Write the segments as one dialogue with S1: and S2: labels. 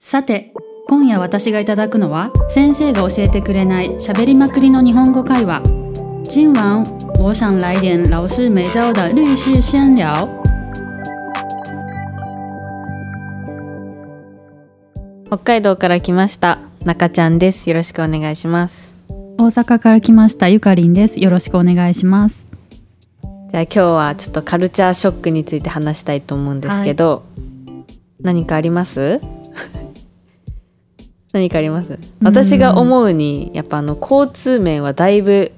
S1: さて今夜私がいただくのは先生が教えてくれないしゃべりまくりの日本語会話今晚我想来点老师没教的律师闲聊
S2: 北海道から来ました中ちゃんですよろしくお願いします
S1: 大阪から来ましたゆかりんですよろしくお願いします
S2: じゃあ今日はちょっとカルチャーショックについて話したいと思うんですけど、何かあります 何かあります私が思うにやっぱあの交通面はだいぶ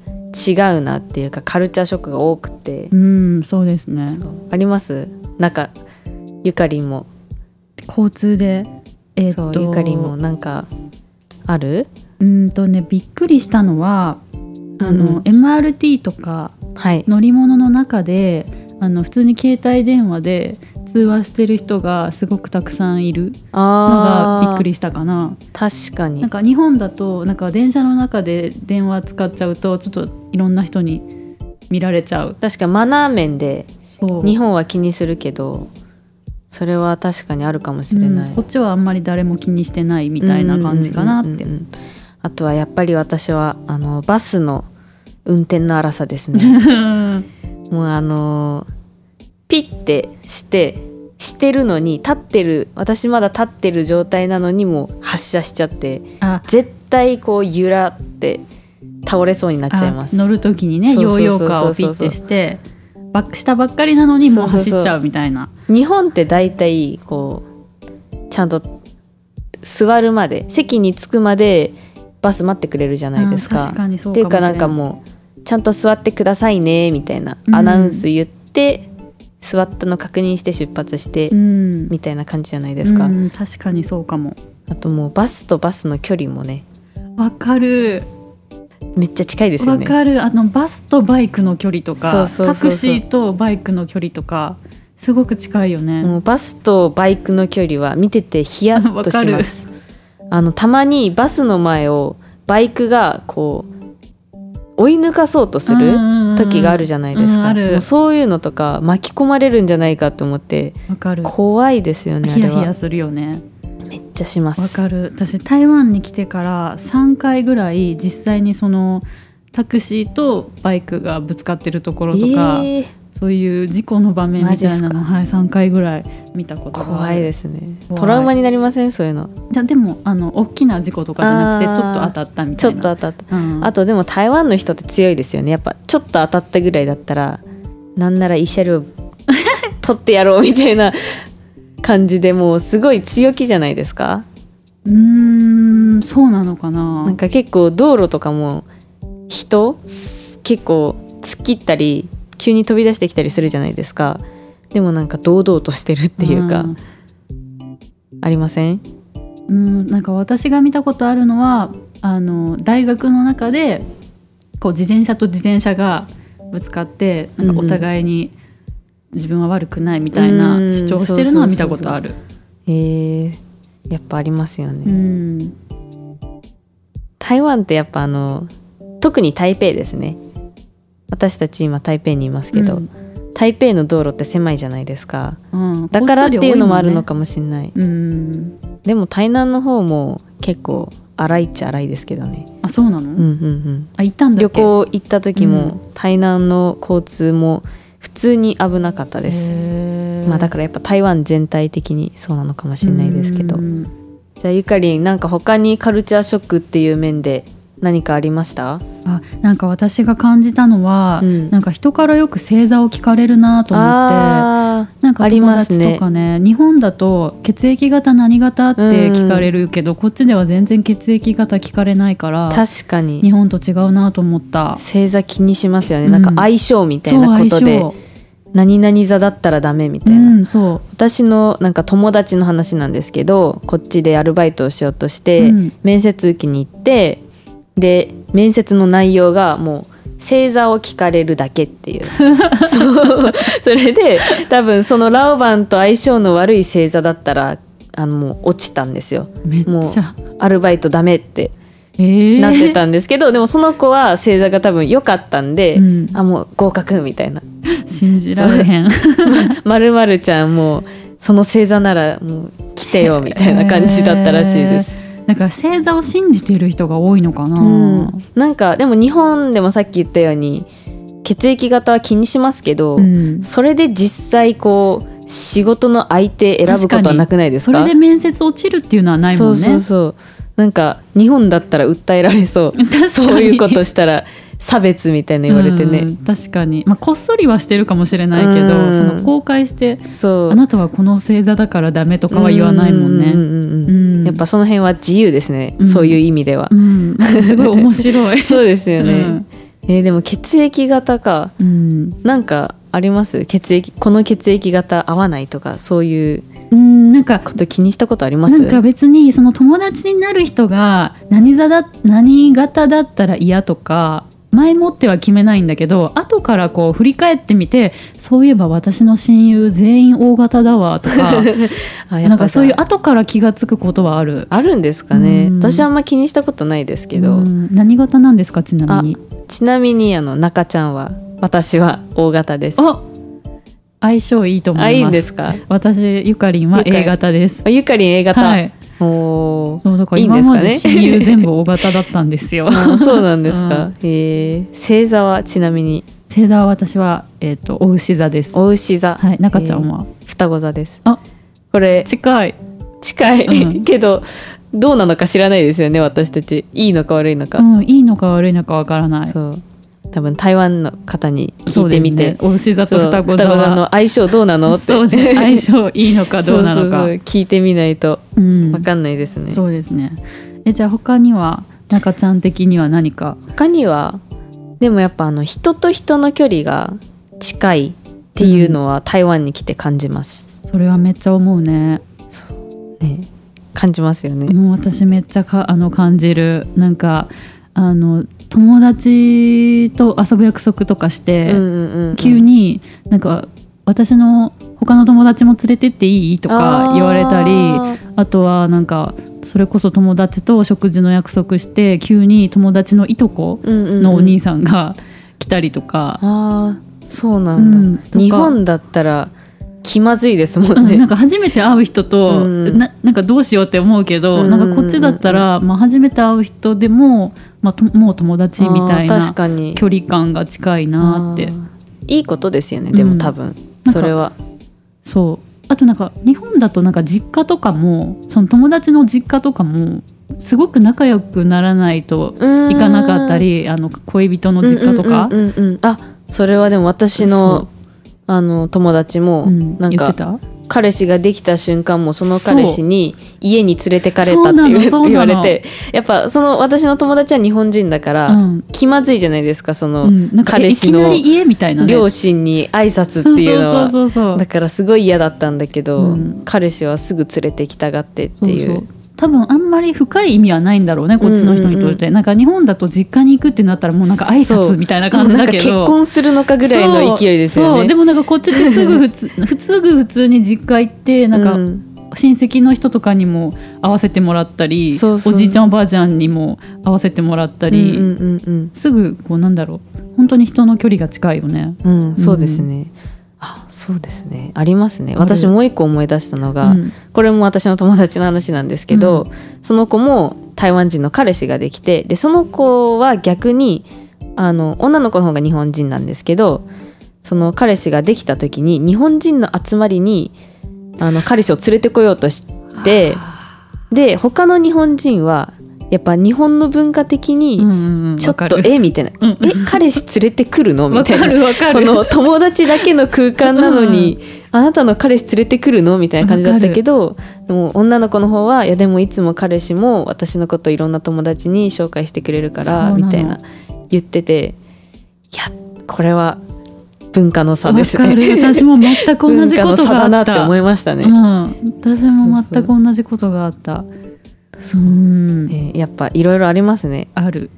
S2: 違うなっていうかカルチャーショックが多くて、
S1: うんそうですね
S2: そうありますなんかゆかりんも、
S1: 交通でえー
S2: そ
S1: っ
S2: う
S1: と
S2: ゆかりんもなんかある
S1: うーんとねびっくりしたのはあの、
S2: うん
S1: MRT とか
S2: はい
S1: 乗り物の中であの普通に携帯電話で通話してる人がすごくたくさんいるのがびっくりしたかな
S2: あー確かに
S1: なんか日本だとなんか電車の中で電話使っちゃうとちょっといろんな人に見られちゃう
S2: 確かにマナー面で
S1: そう
S2: 日本は気にするけどそれは確かにあるかもしれない、
S1: うんこっちはあんまり誰も気にしてないみたいな感じかなって、
S2: うんうんうんうんあとはやっぱり私はあのバスの運転の荒さです ね もうあのピッてしてしてるのに立ってる私まだ立ってる状態なのにもう発車しちゃって
S1: あ
S2: 絶対こう揺らって倒れそうになっちゃいます
S1: あ乗る時にね
S2: そう
S1: ヨー
S2: そうそ
S1: ヨ
S2: うそ
S1: ー
S2: う
S1: カーをピッてしてバックしたばっかりなのにもう走っちゃうみたいな
S2: 日本って大体こうちゃんと座るまで席に着くまでバス待ってくれるじゃないです
S1: うん
S2: か。
S1: 確かにそう
S2: って
S1: かもしれ
S2: いうか
S1: な
S2: ないんかもうちゃんと座ってくださいねみたいな
S1: うん
S2: アナウンス言って、座ったの確認して出発して、
S1: うん
S2: みたいな感じじゃないですか、
S1: うん確かにそうかも
S2: あともうバスとバスの距離もね
S1: わかる
S2: めっちゃ近いですよ
S1: わ
S2: ね。
S1: かるあのバスとバイクの距離とか
S2: そうそうそうそう
S1: タクシーとバイクの距離とかすごく近いよね、
S2: もうバスとバイクの距離は見ててヒヤッとします。あのたまにバスの前をバイクがこう追い抜かそうとする時があるじゃないです
S1: うん
S2: か。
S1: ある
S2: もうそういうのとか巻き込まれるんじゃないかと思って
S1: ゃんわかる
S2: 怖いですよね。あ
S1: ヒ
S2: れ
S1: ヤヒヤ
S2: は
S1: するよね
S2: めっちゃしま
S1: わ
S2: す。
S1: かる私台湾に来てから3回ぐらい実際にそのタクシーとバイクがぶつかってるところとか、
S2: えー
S1: そういう事故の場面みたいな
S2: マジっすか
S1: の、はい、3回ぐらい見たことが
S2: 怖いですすね。
S1: 怖い
S2: トラウマになりませんそういうの。
S1: ででもあの大きな事故とかじゃなくて
S2: あー
S1: ちょっと当たったみ
S2: ち
S1: た
S2: ょ
S1: い
S2: っ
S1: な
S2: と当たった。
S1: うん
S2: あとでも台湾の人って強いですよねやっぱちょっと当たったぐらいだったらなんなら慰謝料取ってやろうみたいな感じでもうすごい強気じゃないですか
S1: うーんそうなのかな
S2: なんか結構道路とかも人す結構突っ切ったり急に飛び出してきたりするじゃないですかでもなんか堂々としてるっていうか、ありません
S1: うん、うんなんか私が見たことあるのはあの大学の中でこう自転車と自転車がぶつかってなんかお互いに自分は悪くないみたいな
S2: うん
S1: 主張をしてるのは
S2: そうそうそ
S1: 見たこ
S2: うそう
S1: とある。
S2: えー、やっぱありますよね、
S1: うん
S2: 台湾ってやっぱあの特に台北ですね私たち今台北にいますけど、
S1: うん
S2: 台北の道路って狭いじゃないですか
S1: うん
S2: だからっていうのもあるの
S1: 交
S2: かもしれない、
S1: 通量多いもんね。うん、
S2: でも台南の方も結構荒いっちゃ荒いですけどね、
S1: あそうなの、
S2: うんうんうん、
S1: あ行ったんだ
S2: 旅
S1: っけ
S2: 行行った時も、
S1: う
S2: 台南の交通も普通に危なかったです、まあだからやっぱ台湾全体的にそうなのかもしれないですけど、
S1: うん
S2: じゃあゆかりんなんか他にカルチャーショックっていう面で何かありました
S1: あなんか私が感じたのは、
S2: うん
S1: なんか人からよく星座を聞かれるなと思って。
S2: あ
S1: なんか
S2: あり
S1: 友
S2: ます
S1: 達
S2: ね
S1: とかね日本だと血液型何型って聞かれるけど、こっちでは全然血液型聞かれないから
S2: ー確かに
S1: 日本と違うなと思った。
S2: 星座気にしますよね、
S1: うん
S2: なんか相性みたいなことで
S1: そう
S2: 何々座だったらダメみた
S1: 相性う
S2: いな、
S1: んそ
S2: 私のなんか友達の話なんですけどこっちでアルバイトをしようとし
S1: う、
S2: て、
S1: うん
S2: 面接受けに行ってで面接の内容がもう星座を聞かれるだけって いうそうそれで多分そのラオバンと相性の悪い星座だったらあのもう落ちたんですよ
S1: めっちゃ、
S2: アルバイトダメって
S1: えー
S2: な ってたんですけど、でもその子は星座が多分良かったんで、
S1: うん
S2: あもう合格みたいな
S1: 信じられへん。
S2: まるまるちゃんもうその星座ならもう来てよみたいな感じだったらしい です。
S1: なんか星座を信じている人が多いのかな、
S2: うん、なんかでも日本でもさっき言ったように血液型は気にしますけど、
S1: うん
S2: それで実際こう仕事の相手選ぶことはなくないです
S1: そ
S2: か
S1: れで面接落ちるっていうのはないもんね
S2: そうそうそうなんか日本だったら訴えら れそうそういうことしたら差別みたいな言われて
S1: う
S2: ね、
S1: ん確かに、まあ、こっそりはしてるかもしれないけ
S2: う
S1: ど
S2: ん
S1: その公開して
S2: そう
S1: あなたはこの星座だからダメとかは言わないもん
S2: う
S1: ね。
S2: んうんうん
S1: うん
S2: やっぱその辺は自由ですね、
S1: うん
S2: そういう意味では、
S1: うん、すごい面白い。
S2: そうですよね、
S1: うん
S2: えーでも血液型か
S1: うん、
S2: なんかあります血液この血液型合わないとかそういう
S1: うん、なんか
S2: こと気にしたことあります
S1: なんか別にその友達になる人が何座だ何型だったら嫌とか前もっては決めないんだけど後からこう振り返ってみてそういえば私の親友全員大型だわとか
S2: あ やっぱ
S1: なんかそういう
S2: あ
S1: 後から気がつくことはある。
S2: あるんですかね、
S1: うん
S2: 私あんま気にしたことないですけ
S1: う
S2: ど、
S1: ん何型なんですかちなみに。
S2: ちなみにあの中ちゃんは私は大型です
S1: あ相性いいと思いま
S2: あ
S1: す。
S2: いいんですか
S1: 私ゆかりんは
S2: ゆかり
S1: A 型です。
S2: あゆかりん A 型、
S1: はい。
S2: おー
S1: そうだから
S2: いいん
S1: 今
S2: ですか
S1: まで
S2: ね
S1: 親友全部 O 型だったんですよ。
S2: あ そうなんですか、へえ星座はちなみに
S1: 星座は私はえっ、とお牛座です。
S2: お牛座、
S1: はい。中ちゃんは、
S2: 双子座です
S1: あ
S2: これ
S1: 近い。
S2: 近い、
S1: うん
S2: けどどうなのか知らないですよね私たちいいのか悪いのか、
S1: うんいいのか悪いのかわからない。
S2: そう多分台湾の方に
S1: そ
S2: 聞
S1: う
S2: い
S1: で
S2: て
S1: す
S2: みて、
S1: ね、お牛座と
S2: そう
S1: 双子座は
S2: の相性どうなのって
S1: そうです 相性いいのかどうなのか。
S2: そうそうそう聞いてみないと
S1: うん
S2: わかんないですね、
S1: そうですね。えじゃあ他には中ちゃん的には何か。
S2: 他にはでもやっぱあの人と人の距離が近いっていうのは台湾に来て感じます、
S1: それはめっちゃ思うね。
S2: ね感じますよね、
S1: もう私めっちゃかあの感じるなんかあの友達と遊ぶ約束とかして、
S2: うんうんうん
S1: 急になんか私の他の友達も連れてっていいとか言われたりあ
S2: あー
S1: とはなんかそれこそ友達と食事の約束して急に友達のいとこ
S2: うんうんうん
S1: のお兄さんが来たりとか。
S2: あーそうなんだ、
S1: うんとか
S2: 日本だったら気まずいですも
S1: うん
S2: ね、
S1: ん、なんか初めて会う人と、
S2: うん
S1: ななんかどうしようって思うけど、
S2: うん
S1: なんかこっちだったら、まあ、初めて会う人でも、まあ、ともう友達みたい
S2: あー
S1: な
S2: 確かに
S1: 距離感が近いなって
S2: あーいいことですよねで
S1: う
S2: も
S1: ん
S2: 多分、
S1: か
S2: それは
S1: そうあとなんか日本だとなんか実家とかもその友達の実家とかもすごく仲良くならないと
S2: 行
S1: 行かなかったりあの恋人の実家とか
S2: うんうんうんうんあそれはでも私
S1: そう
S2: のあの友達も、
S1: うん
S2: な
S1: 言っ
S2: ん
S1: て
S2: か
S1: た
S2: 彼氏ができた瞬間もその彼氏に家に連れてかれ
S1: そ
S2: た
S1: う
S2: って
S1: なの
S2: 言
S1: そう
S2: う
S1: な
S2: 言わ
S1: の
S2: れてやっぱその私の友達は日本人だから、
S1: うん
S2: 気まずいじゃないですかその、
S1: うんなんかえ
S2: 彼
S1: い
S2: 氏
S1: き
S2: の
S1: なり家みたいなね
S2: 両親に挨拶っていうのは
S1: そうそうそうそう
S2: だからすごい嫌だったんだけど、
S1: うん
S2: 彼氏はすぐ連れてきたがってっていう
S1: そうそう多分あんまり深い意味はないんだろうねこっちの人にとって、
S2: うんうん
S1: なんか日本だと実家に行くってなったらもうなんか挨
S2: そう
S1: 拶みたいな感じだけど
S2: もうなんか結婚するのかぐらいの勢いですよね
S1: そうそうでもなんかこっちってすぐ普 通普通ぐ普通に実家行ってなんか、
S2: う
S1: 親戚の人とかにも会わせてもらったり
S2: そうそう
S1: おじいちゃんおばあちゃんにも会わせてもらったり、
S2: うんうんうん
S1: すぐこうなんだろう本当に人の距離が近いよね。
S2: うん、うんそうですね、あそうですねありますね
S1: る
S2: 私もう一個思い出したのが、
S1: うん
S2: これも私の友達の話なんですけど、その子も台湾人の彼氏ができてでその子は逆にあの女の子の方が日本人なんですけどその彼氏ができた時に日本人の集まりにあの彼氏を連れてこようとしてで他の日本人はやっぱ日本の文化的に、
S1: うんうんうん
S2: ちょっ
S1: わ
S2: と
S1: かる
S2: えみたいな「
S1: うん
S2: え彼氏連れてくるの?」み
S1: わ
S2: たい
S1: かる
S2: な。
S1: わか
S2: こ
S1: る
S2: の友達だけの空間なのに、あなたの彼氏連れてくるのみたいな感じだったけどでも女の子の方はいやでもいつも彼氏も私のこといろんな友達に紹介してくれるか
S1: そうな
S2: ら
S1: の
S2: みたいな言ってていやこれは文化の差です
S1: わか
S2: ね
S1: る私も全く同
S2: 文
S1: じ
S2: 化
S1: こ
S2: の
S1: と
S2: 差
S1: があ
S2: だ
S1: った
S2: なって思いましたね、
S1: うん、私も全く同じことがあった。うん、
S2: えーやっぱいろいろありますね
S1: ある。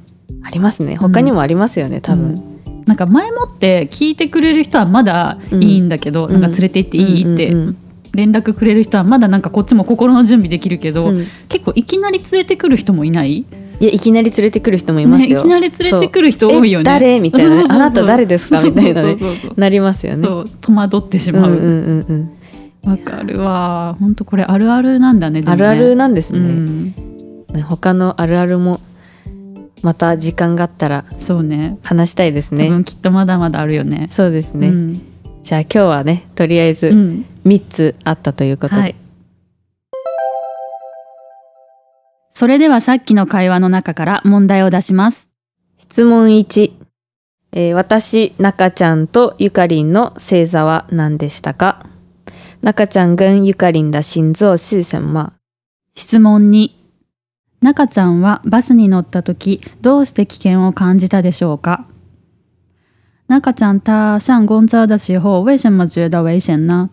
S2: ありますね他にもありますよね、多分、
S1: うんなんか前もって聞いてくれる人はまだいいんだけど、
S2: うん
S1: なんか連れて行っていいって、
S2: うんうん
S1: 連絡くれる人はまだなんかこっちも心の準備できるけど、
S2: うんうん
S1: 結構いきなり連れてくる人もいない
S2: いやいきなり連れてくる人もいますよ、
S1: ね、いきなり連れてくる人多いよね
S2: え誰みたいなね
S1: そうそうそう
S2: あなた誰ですかみたいなね
S1: そうそうそうそう
S2: なりますよね
S1: そう戸惑ってし
S2: う
S1: ま
S2: ん
S1: う、
S2: うんうんうん
S1: わかるわ本当これあるあるなんだねでも
S2: あ
S1: ね
S2: るあるなんです
S1: う
S2: ね、
S1: ん、
S2: ね他のあるあるもまた時間があったら
S1: そうね
S2: 話したいです
S1: 多
S2: ね
S1: 分きっとまだまだあるよね
S2: そうですね、
S1: うん
S2: じゃあ今日はねとりあえ
S1: う
S2: ず
S1: ん
S2: 3つあったということで、
S1: はいそれではさっきの会話の中から問題を出します
S2: 質問1、えー私中ちゃんとゆかりんの星座は何でしたか中ちゃん跟ゆかりん的星座是什么
S1: 質問2中ちゃんはバスに乗った時どうして危険を感じたでしょうか中ちゃん他上公车的时候为什么觉得危险呢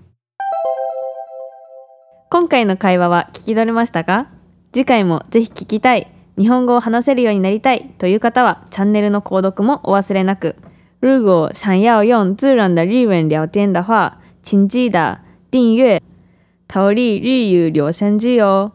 S2: 今回の会話は聞き取れましたか次回もぜひ聞きたい日本語を話せるようになりたいという方はチャンネルの購読もお忘れなく如果想要用自然的日文聊天的话请记得订阅逃离日语留声机哦